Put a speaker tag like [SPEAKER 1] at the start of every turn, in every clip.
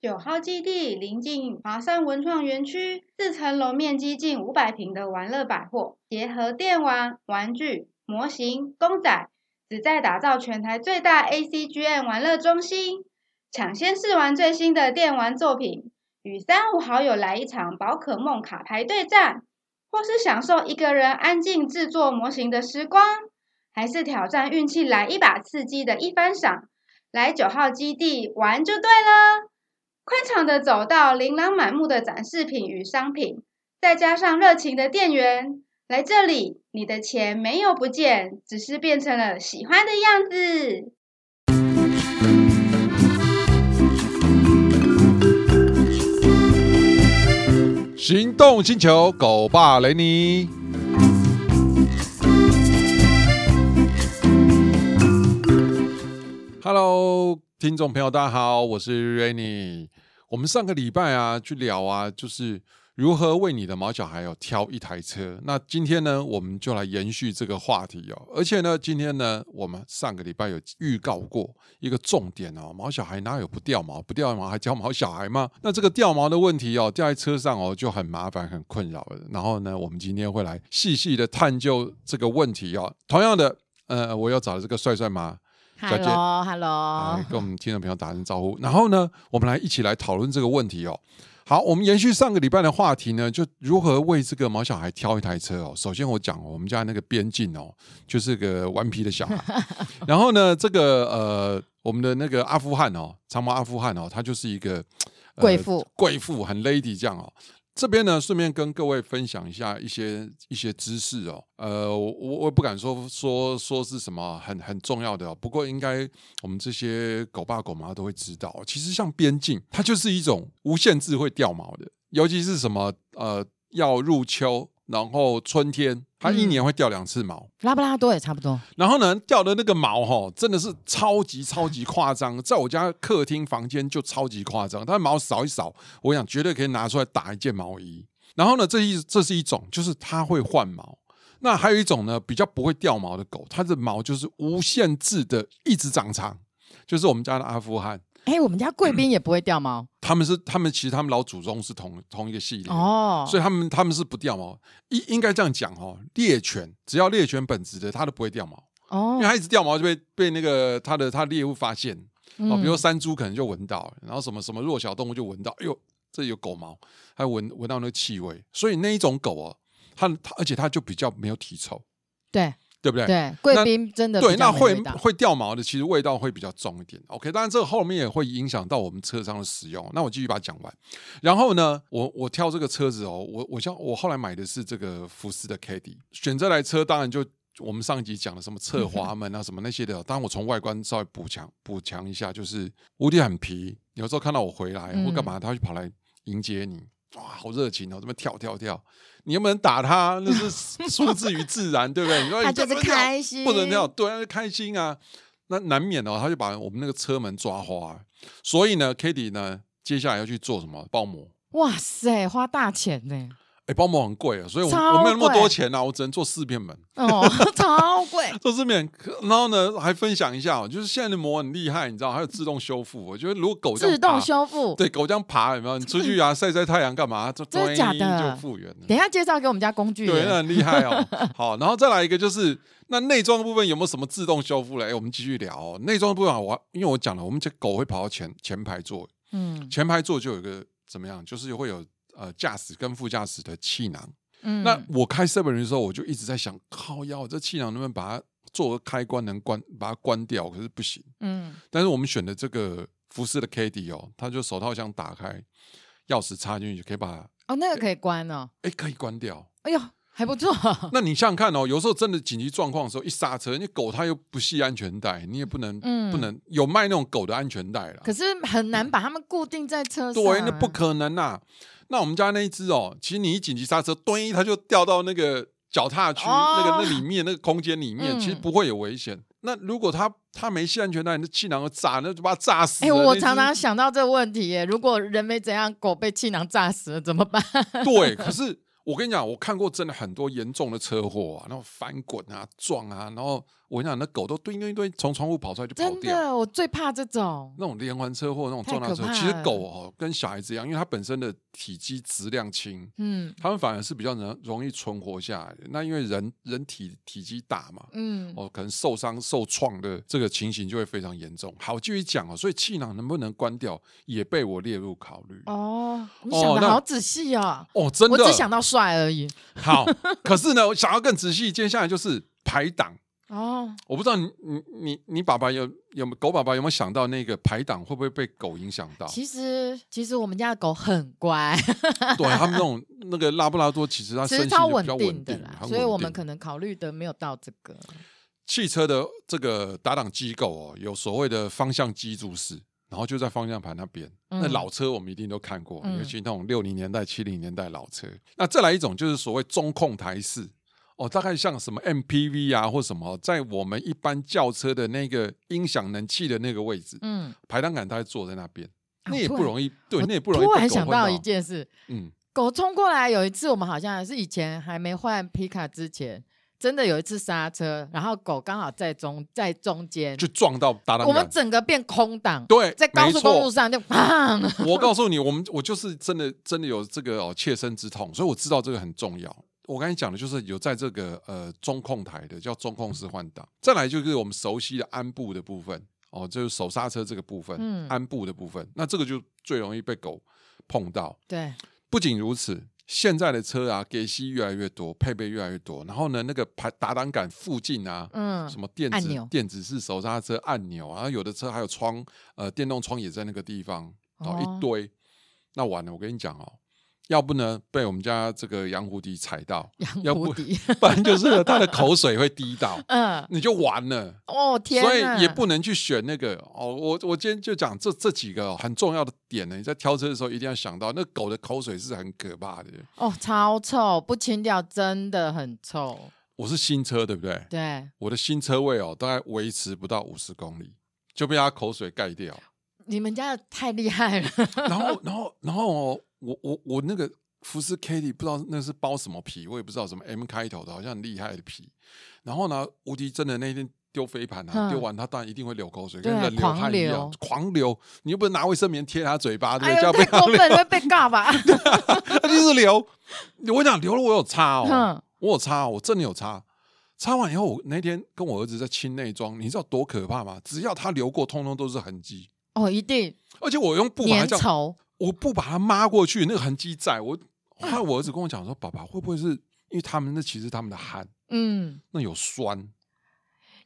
[SPEAKER 1] 九号基地临近华山文创园区，四层楼面积近五百平的玩乐百货，结合电玩、玩具、模型、公仔，旨在打造全台最大 ACGN 玩乐中心。抢先试玩最新的电玩作品，与三五好友来一场宝可梦卡牌对战，或是享受一个人安静制作模型的时光，还是挑战运气来一把刺激的一番赏。来九号基地玩就对了。宽敞的走道，琳琅满目的展示品与商品，再加上热情的店员，来这里，你的钱没有不见，只是变成了喜欢的样子。
[SPEAKER 2] 行动星球，狗爸雷尼。Hello，听众朋友，大家好，我是 Rainy。我们上个礼拜啊，去聊啊，就是如何为你的毛小孩哦挑一台车。那今天呢，我们就来延续这个话题哦。而且呢，今天呢，我们上个礼拜有预告过一个重点哦，毛小孩哪有不掉毛？不掉毛还叫毛小孩吗？那这个掉毛的问题哦，掉在车上哦就很麻烦、很困扰了。然后呢，我们今天会来细细的探究这个问题哦。同样的，呃，我又找了这个帅帅妈。小姐
[SPEAKER 3] Hello，Hello，
[SPEAKER 2] 来哎跟我们听众朋友打声招呼。然后呢，我们来一起来讨论这个问题哦。好，我们延续上个礼拜的话题呢，就如何为这个毛小孩挑一台车哦。首先我讲哦，我们家那个边境哦，就是个顽皮的小 孩。然后呢，这个呃，我们的那个阿富汗哦，长毛阿富汗哦，他就是一个、呃
[SPEAKER 3] 贵妇，
[SPEAKER 2] 贵妇很 lady 这样哦。这边呢，顺便跟各位分享一下一些一些知识哦。呃，我我我也不敢说说说是什么很很重要的、哦，不过应该我们这些狗爸狗妈都会知道哦。其实像边境，它就是一种无限制会掉毛的，尤其是什么呃要入秋，然后春天，它一年会掉两次毛。
[SPEAKER 3] 拉布拉多也差不多。
[SPEAKER 2] 然后呢，掉的那个毛哈，真的是超级超级夸张，在我家客厅房间就超级夸张。它毛扫一扫，我想绝对可以拿出来打一件毛衣。然后呢，这一这是一种，就是它会换毛。那还有一种呢，比较不会掉毛的狗，它的毛就是无限制的一直长长，就是我们家的阿富汗。
[SPEAKER 3] 哎，我们家贵宾也不会掉毛
[SPEAKER 2] 他们是他们其实他们老祖宗是同同一个系列的
[SPEAKER 3] 哦，
[SPEAKER 2] 嗯所以他们他们是不掉毛，应应该这样讲哦。猎犬只要猎犬本质的，它都不会掉毛。因为
[SPEAKER 3] 哦，
[SPEAKER 2] 它一直掉毛就被被那个它的它猎物发现哦，比如说
[SPEAKER 3] 嗯
[SPEAKER 2] 山猪可能就闻到，然后什么什么弱小动物就闻到，哎呦，这有狗毛，还闻闻到那个气味，所以那一种狗哦，它它而且它就比较没有体臭，
[SPEAKER 3] 对
[SPEAKER 2] 对不对？
[SPEAKER 3] 对，贵宾真的
[SPEAKER 2] 哎对，
[SPEAKER 3] 比较
[SPEAKER 2] 那
[SPEAKER 3] 没
[SPEAKER 2] 会
[SPEAKER 3] 味道
[SPEAKER 2] 会掉毛的，其实味道会比较重一点。OK，当然这个后面也会影响到我们车上的使用。那我继续把它讲完。然后呢，我我挑这个车子哦，我我像我后来买的是这个福斯的 K D，选这台车当然就。我们上集讲的什么侧滑门啊，什么那些的，当然我从外观稍微补强补强一下，就是乌迪很皮，有时候看到我回来
[SPEAKER 3] 嗯
[SPEAKER 2] 或干嘛，他会跑来迎接你，哇，好热情哦，这么跳跳跳，你能不能打他？那 是出自于自然，对不对？你说
[SPEAKER 3] 他
[SPEAKER 2] 你
[SPEAKER 3] 就是
[SPEAKER 2] 这么跳
[SPEAKER 3] 开心
[SPEAKER 2] 不能跳，对，他就开心啊。那难免哦，他就把我们那个车门抓花，所以呢 k a t i e 呢，接下来要去做什么？包膜。
[SPEAKER 3] 哇塞，花大钱呢，
[SPEAKER 2] 哎，包膜很贵啊，所以我
[SPEAKER 3] 超
[SPEAKER 2] 我没有那么
[SPEAKER 3] 贵
[SPEAKER 2] 多钱啊，我只能做四面门。
[SPEAKER 3] 哦，超贵，
[SPEAKER 2] 做四面，可然后呢，还分享一下、哦，就是现在的膜很厉害，你知道，还有自动修复。哦我觉得如果狗这样
[SPEAKER 3] 自动
[SPEAKER 2] 爬，
[SPEAKER 3] 修复。
[SPEAKER 2] 对，狗这样爬有没有？你出去啊，晒晒太阳干嘛？就
[SPEAKER 3] 真的假的
[SPEAKER 2] 咚就复原了。
[SPEAKER 3] 等一下介绍给我们家工具
[SPEAKER 2] 对，那
[SPEAKER 3] 人，
[SPEAKER 2] 很厉害哦。好，然后再来一个就是那内装的部分有没有什么自动修复嘞？哎我们继续聊、哦、内装的部分啊。我因为我讲了，我们这狗会跑到前前排座，
[SPEAKER 3] 嗯
[SPEAKER 2] 前排座就有一个怎么样，就是会有呃驾驶跟副驾驶的气囊。
[SPEAKER 3] 嗯，
[SPEAKER 2] 那我开 Seven 的时候，我就一直在想，靠腰这气囊能不能把它做个开关，能关把它关掉？可是不行。
[SPEAKER 3] 嗯
[SPEAKER 2] 但是我们选的这个福斯的 K D 哦，它就手套箱打开，钥匙插进去就可以把
[SPEAKER 3] 哦，那个可以关哦，
[SPEAKER 2] 哎可以关掉。
[SPEAKER 3] 哎呦，还不错，
[SPEAKER 2] 那你想想看哦，有时候真的紧急状况的时候，一刹车，那狗它又不系安全带，你也不能、
[SPEAKER 3] 嗯
[SPEAKER 2] 不能有卖那种狗的安全带啦。
[SPEAKER 3] 可是很难把它们固定在车上啊，
[SPEAKER 2] 对，那不可能呐、那我们家那一只哦，其实你一紧急刹车，蹲它就掉到那个脚踏区、
[SPEAKER 3] 哦
[SPEAKER 2] 那个那里面那个空间里面，
[SPEAKER 3] 嗯
[SPEAKER 2] 其实不会有危险。那如果它它没系安全带，那气囊会炸，那就把它炸死
[SPEAKER 3] 哎、
[SPEAKER 2] 了。那
[SPEAKER 3] 我
[SPEAKER 2] 只
[SPEAKER 3] 常常想到这个问题耶，如果人没怎样，狗被气囊炸死了怎么办？
[SPEAKER 2] 对，可是我跟你讲，我看过真的很多严重的车祸啊，那种翻滚啊、撞啊，然后我跟你讲，那狗都堆堆堆从窗户跑出来就跑
[SPEAKER 3] 真
[SPEAKER 2] 掉。
[SPEAKER 3] 的，我最怕这种。
[SPEAKER 2] 那种连环车祸、那种撞
[SPEAKER 3] 太
[SPEAKER 2] 大
[SPEAKER 3] 可
[SPEAKER 2] 车，
[SPEAKER 3] 怕
[SPEAKER 2] 其实
[SPEAKER 3] 了
[SPEAKER 2] 狗哦跟小孩子一样，因为它本身的体积质量轻，
[SPEAKER 3] 嗯
[SPEAKER 2] 它们反而是比较能容易存活下来的。那因为人人体体积大嘛，
[SPEAKER 3] 嗯，
[SPEAKER 2] 哦，可能受伤受创的这个情形就会非常严重。好，继续讲哦，所以气囊能不能关掉也被我列入考虑。哦
[SPEAKER 3] 哦，你
[SPEAKER 2] 哦
[SPEAKER 3] 想的
[SPEAKER 2] 那
[SPEAKER 3] 好仔细哦。
[SPEAKER 2] 真
[SPEAKER 3] 我
[SPEAKER 2] 的
[SPEAKER 3] 只想到帅而已。
[SPEAKER 2] 好，可是呢，我想要更仔细，接下来就是排档。
[SPEAKER 3] 哦，
[SPEAKER 2] 我不知道你你你你爸爸有有没有狗爸爸有没有想到那个排档会不会被狗影响到？
[SPEAKER 3] 其实其实我们家的狗很乖，
[SPEAKER 2] 对他们那种那个拉布拉多，其实它
[SPEAKER 3] 其
[SPEAKER 2] 身
[SPEAKER 3] 实
[SPEAKER 2] 心
[SPEAKER 3] 超
[SPEAKER 2] 就比较
[SPEAKER 3] 定
[SPEAKER 2] 稳
[SPEAKER 3] 的
[SPEAKER 2] 定
[SPEAKER 3] 啦，，
[SPEAKER 2] 很
[SPEAKER 3] 所以
[SPEAKER 2] 稳
[SPEAKER 3] 我们
[SPEAKER 2] 定
[SPEAKER 3] 可能考虑的没有到这个。
[SPEAKER 2] 汽车的这个打档机构哦，有所谓的方向机柱式，然后就在方向盘那边。
[SPEAKER 3] 嗯
[SPEAKER 2] 那老车我们一定都看过，
[SPEAKER 3] 嗯
[SPEAKER 2] 尤其那种六零年代、七零年代老车。那再来一种就是所谓中控台式哦，大概像什么 MPV 啊或什么，在我们一般轿车的那个音响能器的那个位置，
[SPEAKER 3] 嗯，
[SPEAKER 2] 排档杆它坐在那边，
[SPEAKER 3] 啊
[SPEAKER 2] 那也
[SPEAKER 3] 突
[SPEAKER 2] 不
[SPEAKER 3] 然
[SPEAKER 2] 容易，对，
[SPEAKER 3] 我
[SPEAKER 2] 那也不容易
[SPEAKER 3] 突
[SPEAKER 2] 被
[SPEAKER 3] 然
[SPEAKER 2] 狗
[SPEAKER 3] 想
[SPEAKER 2] 碰
[SPEAKER 3] 到一件事，
[SPEAKER 2] 嗯，
[SPEAKER 3] 狗冲过来，有一次我们好像是以前还没换皮卡之前，真的有一次刹车，然后狗刚好在中在中间，
[SPEAKER 2] 就撞到打档
[SPEAKER 3] 我们
[SPEAKER 2] 杆。
[SPEAKER 3] 整个变空档，
[SPEAKER 2] 对，
[SPEAKER 3] 在高
[SPEAKER 2] 没
[SPEAKER 3] 速
[SPEAKER 2] 错
[SPEAKER 3] 公路上就砰，
[SPEAKER 2] 我告诉你，我们我就是真的真的有这个哦切身之痛，所以我知道这个很重要。我刚才讲的就是有在这个呃中控台的叫中控式换挡，再来就是我们熟悉的鞍部的部分哦，就是手刹车这个部分，
[SPEAKER 3] 嗯
[SPEAKER 2] 鞍部的部分，那这个就最容易被狗碰到。
[SPEAKER 3] 对，
[SPEAKER 2] 不仅如此，现在的车啊，给息越来越多，配备越来越多，然后呢，那个排打档杆附近啊，
[SPEAKER 3] 嗯
[SPEAKER 2] 什么电
[SPEAKER 3] 按
[SPEAKER 2] 子
[SPEAKER 3] 钮
[SPEAKER 2] 电子式手刹车按钮啊，然后有的车还有窗，呃，电动窗也在那个地方，哦，
[SPEAKER 3] 哦
[SPEAKER 2] 一堆，那完了，我跟你讲哦，要不呢被我们家这个洋蝴蝶踩到，
[SPEAKER 3] 杨
[SPEAKER 2] 要不
[SPEAKER 3] 蝴蝶，，
[SPEAKER 2] 不然就是它的口水会滴到
[SPEAKER 3] 嗯，
[SPEAKER 2] 你就完了。
[SPEAKER 3] 哦 天
[SPEAKER 2] 所以
[SPEAKER 3] 哪，
[SPEAKER 2] 也不能去选那个哦。我我今天就讲这这几个、哦、很重要的点呢，你在挑车的时候一定要想到，那狗的口水是很可怕的。
[SPEAKER 3] 哦超臭，不清掉真的很臭，
[SPEAKER 2] 我是新车，对不对？
[SPEAKER 3] 对
[SPEAKER 2] 我的新车位哦，大概维持不到五十公里就被它口水盖掉。
[SPEAKER 3] 你们家的太厉害了，
[SPEAKER 2] 然后，然后，然后哦，我我我那个福斯 Kitty 不知道那是包什么皮，我也不知道什么 M 开头的，好像很厉害的皮。然后呢，无敌真的那天丢飞盘啊，
[SPEAKER 3] 嗯
[SPEAKER 2] 丢完它当然一定会流口水，
[SPEAKER 3] 对
[SPEAKER 2] 跟
[SPEAKER 3] 啊
[SPEAKER 2] 人流汗一样
[SPEAKER 3] 狂流，
[SPEAKER 2] 狂流。你又不能拿卫生棉贴它嘴巴，啊对
[SPEAKER 3] 哎
[SPEAKER 2] 不对？叫
[SPEAKER 3] 呦
[SPEAKER 2] 它
[SPEAKER 3] 太
[SPEAKER 2] 不要
[SPEAKER 3] 过
[SPEAKER 2] 流，
[SPEAKER 3] 分会被告 吧，
[SPEAKER 2] 它就是流。我讲流了，我有擦哦，
[SPEAKER 3] 嗯，
[SPEAKER 2] 我有擦、哦，我真的有擦。擦完以后，我那天跟我儿子在清内装，你知道多可怕吗？只要他流过，通通都是痕迹，
[SPEAKER 3] 哦一定
[SPEAKER 2] 而且我用布把它
[SPEAKER 3] 粘
[SPEAKER 2] 这样
[SPEAKER 3] 稠，
[SPEAKER 2] 我不把它抹过去，那个痕迹在我。后来我儿子跟我讲说：“爸爸，会不会是因为他们那其实他们的汗
[SPEAKER 3] 嗯，
[SPEAKER 2] 那有酸，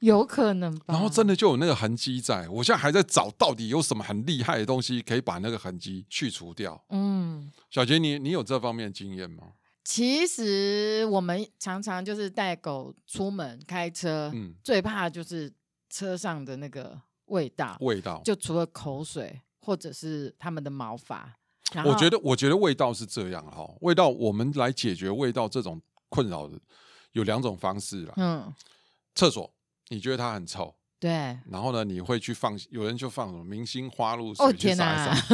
[SPEAKER 3] 有可能吧，
[SPEAKER 2] 然后真
[SPEAKER 3] 的
[SPEAKER 2] 的就有那个痕迹在。我现在还在找到底有什么很厉害的东西可以把那个痕迹去除掉。
[SPEAKER 3] 嗯。
[SPEAKER 2] 小杰，你你有这方面的经验吗？
[SPEAKER 3] 其实我们常常就是带狗出门开车，
[SPEAKER 2] 嗯
[SPEAKER 3] 最怕就是车上的那个味道，
[SPEAKER 2] 味道，
[SPEAKER 3] 就除了口水或者是他们的毛发。然
[SPEAKER 2] 我
[SPEAKER 3] 后
[SPEAKER 2] 觉得我觉得味道是这样哈、味道我们来解决味道这种困扰的有两种方式啦。
[SPEAKER 3] 嗯，
[SPEAKER 2] 厕所，你觉得它很臭，
[SPEAKER 3] 对，
[SPEAKER 2] 然后呢，你会去放，有人就放什么明星花露水
[SPEAKER 3] 哦
[SPEAKER 2] 去
[SPEAKER 3] 天
[SPEAKER 2] 洒一
[SPEAKER 3] 哪
[SPEAKER 2] 洒。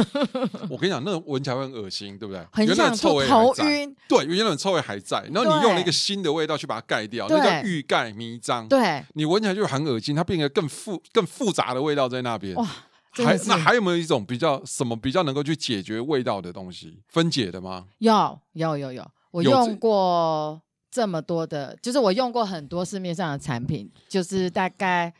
[SPEAKER 2] 我跟你讲，那种闻起来会很恶心，对不对？
[SPEAKER 3] 很
[SPEAKER 2] 原来
[SPEAKER 3] 想
[SPEAKER 2] 的臭
[SPEAKER 3] 吐
[SPEAKER 2] 味还
[SPEAKER 3] 头
[SPEAKER 2] 在，嗯
[SPEAKER 3] 晕，
[SPEAKER 2] 对，原来的臭味还在，然后你用了一
[SPEAKER 3] 对
[SPEAKER 2] 个新的味道去把它盖掉，那叫
[SPEAKER 3] 对
[SPEAKER 2] 欲盖弥彰。
[SPEAKER 3] 对，
[SPEAKER 2] 你闻起来就很恶心，它变得更复更复杂的味道在那边。
[SPEAKER 3] 哇，真
[SPEAKER 2] 还
[SPEAKER 3] 的是
[SPEAKER 2] 那还有没有一种比较什么比较能够去解决味道的东西分解的吗？
[SPEAKER 3] 有有有有，我
[SPEAKER 2] 有这
[SPEAKER 3] 用过这么多的，就是我用过很多市面上的产品，就是大概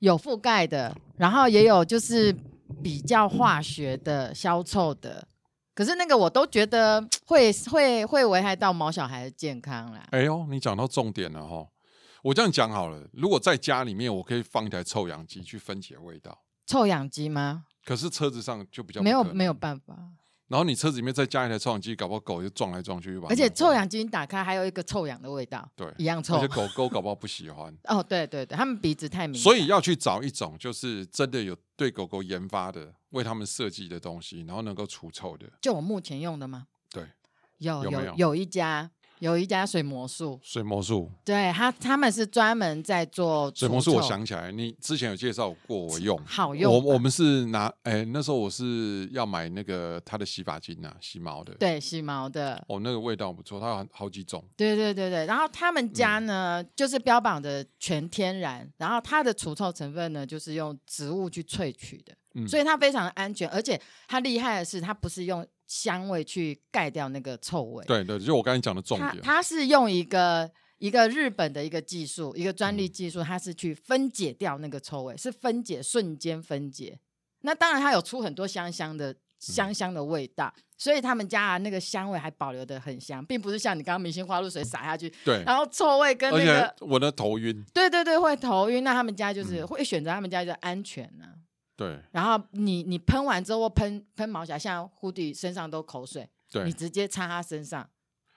[SPEAKER 3] 有覆盖的，然后也有就是比较化学的消臭的，可是那个我都觉得会会会危害到毛小孩的健康啦。
[SPEAKER 2] 哎呦，你讲到重点了哈！我这样讲好了，如果在家里面，我可以放一台臭氧机去分解味道，
[SPEAKER 3] 臭氧机吗？
[SPEAKER 2] 可是车子上就比较不
[SPEAKER 3] 没有
[SPEAKER 2] 可能
[SPEAKER 3] 没有办法，
[SPEAKER 2] 然后你车子里面再加一台臭氧机，搞不好狗就撞来撞去，就把它
[SPEAKER 3] 而且
[SPEAKER 2] 弄
[SPEAKER 3] 臭
[SPEAKER 2] 坏
[SPEAKER 3] 氧机你打开还有一个臭氧的味道，
[SPEAKER 2] 对
[SPEAKER 3] 一样
[SPEAKER 2] 而
[SPEAKER 3] 臭，
[SPEAKER 2] 且。狗狗搞不好不喜欢
[SPEAKER 3] 嗯哦，对对对，他们鼻子太敏感，
[SPEAKER 2] 所以要去找一种就是真的有对狗狗研发的、为它们设计的东西，然后能够除臭的。
[SPEAKER 3] 就我目前用的吗？
[SPEAKER 2] 对，
[SPEAKER 3] 有
[SPEAKER 2] 有没有
[SPEAKER 3] 有一家，有一家水魔术，
[SPEAKER 2] 水魔术，
[SPEAKER 3] 对他他们是专门在做
[SPEAKER 2] 水
[SPEAKER 3] 除
[SPEAKER 2] 魔术，我
[SPEAKER 3] 臭
[SPEAKER 2] 想起来，你之前有介绍过我用。
[SPEAKER 3] 好用
[SPEAKER 2] 我
[SPEAKER 3] 吧，
[SPEAKER 2] 我们是拿哎、那时候我是要买那个它的洗发精啊，洗毛的。，
[SPEAKER 3] 对洗毛的，
[SPEAKER 2] 哦，那个味道不错，它有好好几种。
[SPEAKER 3] 对对对对，然后他们家
[SPEAKER 2] 嗯
[SPEAKER 3] 呢、就是标榜的全天然，然后它的除臭成分呢就是用植物去萃取的，
[SPEAKER 2] 嗯
[SPEAKER 3] 所以它非常的安全，而且它厉害的是它不是用香味去盖掉那个臭味，
[SPEAKER 2] 对对，就我刚才讲的重
[SPEAKER 3] 它
[SPEAKER 2] 点。
[SPEAKER 3] 它是用一个一个日本的一个技术，一个专
[SPEAKER 2] 嗯
[SPEAKER 3] 利技术，它是去分解掉那个臭味，是分解瞬间分解。那当然，它有出很多香香
[SPEAKER 2] 嗯
[SPEAKER 3] 的香香的味道，所以他们家啊那个香味还保留的很香，并不是像你刚刚明星花露水洒下去，
[SPEAKER 2] 对，
[SPEAKER 3] 然后臭味跟
[SPEAKER 2] 而
[SPEAKER 3] 那
[SPEAKER 2] 且
[SPEAKER 3] 个
[SPEAKER 2] 我的头晕。
[SPEAKER 3] 对对对会头晕。那他们家就是、
[SPEAKER 2] 嗯
[SPEAKER 3] 会选择他们家就安全呢、
[SPEAKER 2] 对
[SPEAKER 3] 然后你你喷完之后喷喷毛侠，像胡迪身上都口水，
[SPEAKER 2] 对，
[SPEAKER 3] 你直接擦他身上，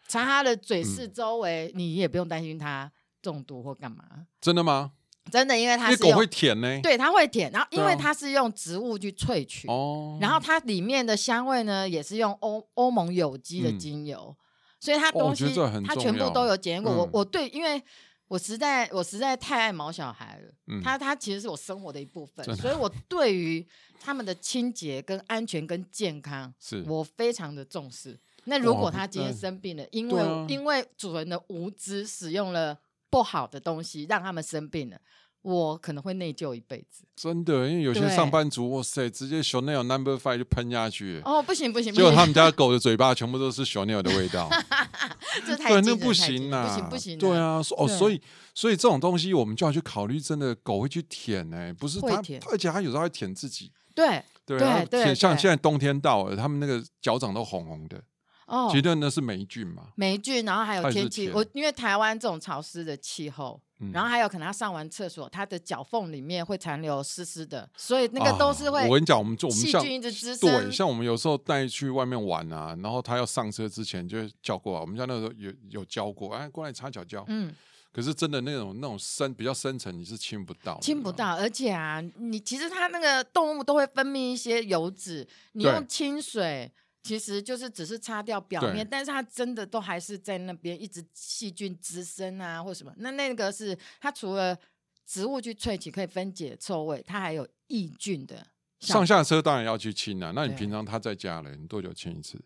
[SPEAKER 3] 擦他的
[SPEAKER 2] 嗯
[SPEAKER 3] 嘴四周围，你也不用担心他中毒或干嘛。
[SPEAKER 2] 真的吗？
[SPEAKER 3] 真的，因为
[SPEAKER 2] 因
[SPEAKER 3] 它
[SPEAKER 2] 为
[SPEAKER 3] 是
[SPEAKER 2] 狗
[SPEAKER 3] 用
[SPEAKER 2] 会舔呢。
[SPEAKER 3] 对它会舔，然后因
[SPEAKER 2] 对
[SPEAKER 3] 为
[SPEAKER 2] 啊
[SPEAKER 3] 它是用植物去萃取，
[SPEAKER 2] 哦，
[SPEAKER 3] 然后它里面的香味呢也是用欧欧盟有机的
[SPEAKER 2] 嗯
[SPEAKER 3] 精油，所以它
[SPEAKER 2] 哦我
[SPEAKER 3] 东
[SPEAKER 2] 觉得
[SPEAKER 3] 西、
[SPEAKER 2] 这很
[SPEAKER 3] 它
[SPEAKER 2] 重
[SPEAKER 3] 全部
[SPEAKER 2] 要
[SPEAKER 3] 都有检验过。我
[SPEAKER 2] 嗯
[SPEAKER 3] 我对，因为我实在我实在太爱毛小孩了。
[SPEAKER 2] 嗯
[SPEAKER 3] 它它其实是我生活的一部分
[SPEAKER 2] 真，的
[SPEAKER 3] 所以我对于他们的清洁、跟安全、跟健康，
[SPEAKER 2] 是
[SPEAKER 3] 我非常的重视。那如
[SPEAKER 2] 哇
[SPEAKER 3] 果
[SPEAKER 2] 不
[SPEAKER 3] 他今天
[SPEAKER 2] 对
[SPEAKER 3] 生病了，因
[SPEAKER 2] 对
[SPEAKER 3] 为、
[SPEAKER 2] 啊
[SPEAKER 3] 因为主人的无知使用了不好的东西，让他们生病了，我可能会内疚一辈子。
[SPEAKER 2] 真的，因为有些
[SPEAKER 3] 对
[SPEAKER 2] 上班族，哇塞，直接 Chanel Number Five 就喷下去，
[SPEAKER 3] 哦，不行不行，不
[SPEAKER 2] 结果
[SPEAKER 3] 行，
[SPEAKER 2] 他们家狗的嘴巴全部都是 Chanel 的味道，
[SPEAKER 3] 这 太
[SPEAKER 2] 对，那
[SPEAKER 3] 惊人
[SPEAKER 2] 不
[SPEAKER 3] 太惊
[SPEAKER 2] 行
[SPEAKER 3] 人
[SPEAKER 2] 呐，
[SPEAKER 3] 不行不行，
[SPEAKER 2] 对，啊，所哦，
[SPEAKER 3] 对
[SPEAKER 2] 所以所以这种东西我们就要去考虑，真的狗会去舔呢，不是
[SPEAKER 3] 会
[SPEAKER 2] 它
[SPEAKER 3] 舔，
[SPEAKER 2] 而且它有时候还舔自己。
[SPEAKER 3] 对
[SPEAKER 2] 对
[SPEAKER 3] 对
[SPEAKER 2] 啊，
[SPEAKER 3] 对
[SPEAKER 2] 舔像
[SPEAKER 3] 对
[SPEAKER 2] 现在冬天到了，他们那个脚掌都红红的，
[SPEAKER 3] 哦
[SPEAKER 2] 其，实那是霉菌嘛。
[SPEAKER 3] 霉菌，然后还
[SPEAKER 2] 它
[SPEAKER 3] 有
[SPEAKER 2] 也是
[SPEAKER 3] 天气，
[SPEAKER 2] 甜
[SPEAKER 3] 我因为台湾这种潮湿的气候。
[SPEAKER 2] 嗯
[SPEAKER 3] 然后还有可能他上完厕所，他的脚缝里面会残留湿湿的，所以那个都是
[SPEAKER 2] 啊
[SPEAKER 3] 会
[SPEAKER 2] 我跟你讲，我们做我们
[SPEAKER 3] 细
[SPEAKER 2] 像
[SPEAKER 3] 菌一直滋生。
[SPEAKER 2] 对，像我们有时候带去外面玩啊，然后他要上车之前就会叫过来，我们家那时候有有教过，哎，过来擦脚胶。
[SPEAKER 3] 嗯，
[SPEAKER 2] 可是真的那种那种深比较深层，你是亲不到的，
[SPEAKER 3] 亲不到，而且啊，你其实它那个动物都会分泌一些油脂，你
[SPEAKER 2] 对
[SPEAKER 3] 用清水其实就是只是擦掉表
[SPEAKER 2] 对
[SPEAKER 3] 面，但是它真的都还是在那边一直细菌滋生啊，或什么。那那个是它除了植物去萃取可以分解臭味，它还有抑菌的。
[SPEAKER 2] 上下车当然要去亲啊，那你
[SPEAKER 3] 对
[SPEAKER 2] 平常他在家了，你多久亲一次？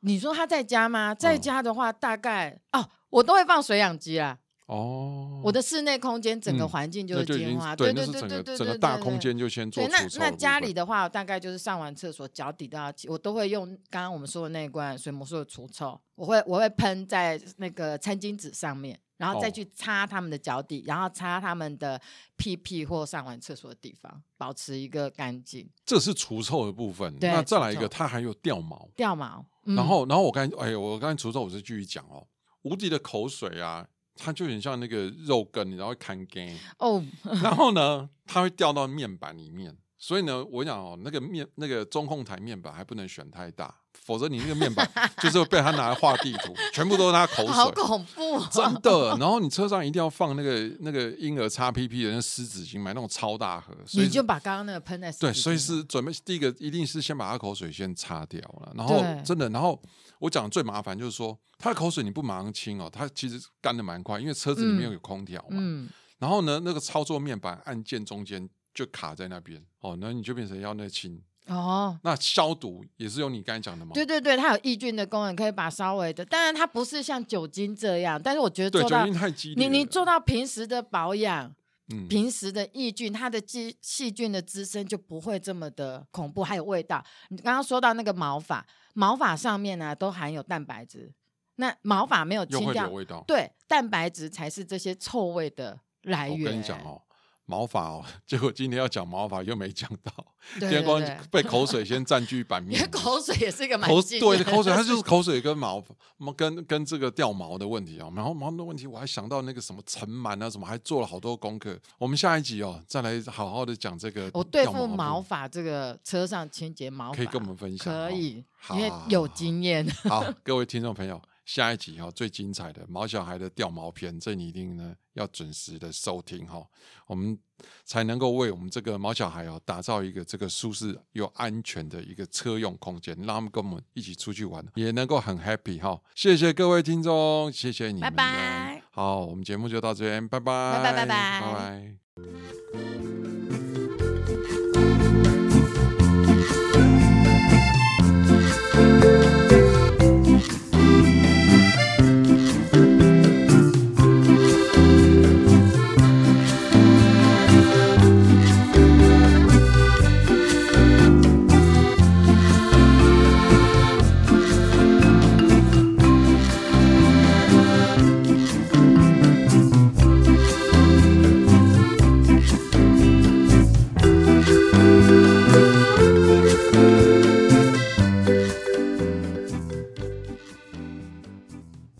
[SPEAKER 3] 你说它在家吗？在
[SPEAKER 2] 嗯
[SPEAKER 3] 家的话，大概、哦，我都会放水养鸡啦。
[SPEAKER 2] 哦，
[SPEAKER 3] 我的室内空间整个
[SPEAKER 2] 嗯
[SPEAKER 3] 环境就
[SPEAKER 2] 那
[SPEAKER 3] 是
[SPEAKER 2] 就已
[SPEAKER 3] 金
[SPEAKER 2] 经
[SPEAKER 3] 花，
[SPEAKER 2] 对，
[SPEAKER 3] 对
[SPEAKER 2] 那是
[SPEAKER 3] 对
[SPEAKER 2] 整
[SPEAKER 3] 对
[SPEAKER 2] 个
[SPEAKER 3] 对
[SPEAKER 2] 整个
[SPEAKER 3] 对
[SPEAKER 2] 大
[SPEAKER 3] 对
[SPEAKER 2] 空
[SPEAKER 3] 对
[SPEAKER 2] 间就先做
[SPEAKER 3] 对，
[SPEAKER 2] 除
[SPEAKER 3] 那
[SPEAKER 2] 臭
[SPEAKER 3] 那
[SPEAKER 2] 的部
[SPEAKER 3] 家
[SPEAKER 2] 分
[SPEAKER 3] 里的话，大概就是上完厕所，脚底都要清，我都会用刚刚我们说的那一罐水母素的除臭，我会我会喷在那个餐巾纸上面，然后再
[SPEAKER 2] 哦
[SPEAKER 3] 去擦他们的脚底，然后擦他们的屁屁或上完厕所的地方，保持一个干净。
[SPEAKER 2] 这是除臭的部分。
[SPEAKER 3] 对
[SPEAKER 2] 那再来一
[SPEAKER 3] 除
[SPEAKER 2] 个，
[SPEAKER 3] 臭
[SPEAKER 2] 它还有掉毛。
[SPEAKER 3] 掉毛，嗯
[SPEAKER 2] 然后，然后我刚才，哎，我刚才除臭，我是继续讲哦。无敌的口水啊，它就很像那个肉羹，然后会砍干。
[SPEAKER 3] 哦，
[SPEAKER 2] 然后呢，它会掉到面板里面。所以呢，我讲哦，那个面那个中控台面板还不能选太大，否则你那个面 板就是会被他拿来画地图，全部都是他口
[SPEAKER 3] 好
[SPEAKER 2] 水。
[SPEAKER 3] 恐怖、哦，
[SPEAKER 2] 真的，然后你车上一定要放那个那个婴儿擦屁屁的那湿纸巾，买那种超大盒，所以
[SPEAKER 3] 你就把刚刚那个喷在
[SPEAKER 2] 对，
[SPEAKER 3] 手指
[SPEAKER 2] 所以
[SPEAKER 3] 上
[SPEAKER 2] 是准备第一个一定是先把他口水先擦掉了，然后
[SPEAKER 3] 对
[SPEAKER 2] 真的，然后我讲最麻烦就是说，他的口水你不马上清哦，它其实干的蛮快，因为车子里面
[SPEAKER 3] 嗯
[SPEAKER 2] 有空调嘛。
[SPEAKER 3] 嗯，
[SPEAKER 2] 然后呢，那个操作面板按键中间就卡在那边哦，那你就变成要那清。
[SPEAKER 3] 哦，
[SPEAKER 2] 那消毒也是用你刚才讲的吗？
[SPEAKER 3] 对对对，它有抑菌的功能，可以把稍微的，当然它不是像酒精这样，但是我觉得
[SPEAKER 2] 对，
[SPEAKER 3] 做
[SPEAKER 2] 酒
[SPEAKER 3] 到
[SPEAKER 2] 精太激烈
[SPEAKER 3] 你
[SPEAKER 2] 了。
[SPEAKER 3] 你做到平时的保养，
[SPEAKER 2] 嗯
[SPEAKER 3] 平时的抑菌，它的细细菌的滋生就不会这么的恐怖，还有味道。你刚刚说到那个毛发，毛发上面呢、都含有蛋白质，那毛发没有
[SPEAKER 2] 又
[SPEAKER 3] 清
[SPEAKER 2] 会
[SPEAKER 3] 掉
[SPEAKER 2] 有，味道。
[SPEAKER 3] 对，蛋白质才是这些臭味的来
[SPEAKER 2] 我
[SPEAKER 3] 源。
[SPEAKER 2] 跟你讲，哦，毛发哦， 结果今天要讲毛发又没讲到，
[SPEAKER 3] 对
[SPEAKER 2] 今天光
[SPEAKER 3] 对对
[SPEAKER 2] 被口水先占据版
[SPEAKER 3] 因为
[SPEAKER 2] 面。
[SPEAKER 3] 口水也是一个蛮
[SPEAKER 2] 口
[SPEAKER 3] 惊
[SPEAKER 2] 对
[SPEAKER 3] 人
[SPEAKER 2] 口水，
[SPEAKER 3] 的
[SPEAKER 2] 它就是口水跟毛毛跟跟这个掉毛的问题啊，然后毛的问题，我还想到那个什么尘螨啊，什么还做了好多功课。我们下一集哦，再来好好的讲这个。
[SPEAKER 3] 我对付毛，发这个车上清洁毛发，
[SPEAKER 2] 可以跟我们分享哦
[SPEAKER 3] 可以，
[SPEAKER 2] 好
[SPEAKER 3] 因为有经验。
[SPEAKER 2] 好，各位听众朋友，下一集哈、哦、最精彩的毛小孩的掉毛篇，这你一定呢要准时的收听哈、哦，我们才能够为我们这个毛小孩哦打造一个这个舒适又安全的一个车用空间，让他们跟我们一起出去玩，也能够很 happy 哈、谢谢各位听众，谢谢你们，
[SPEAKER 3] 拜拜。
[SPEAKER 2] 好，我们节目就到这边，拜拜，
[SPEAKER 3] 拜拜拜拜
[SPEAKER 2] 拜拜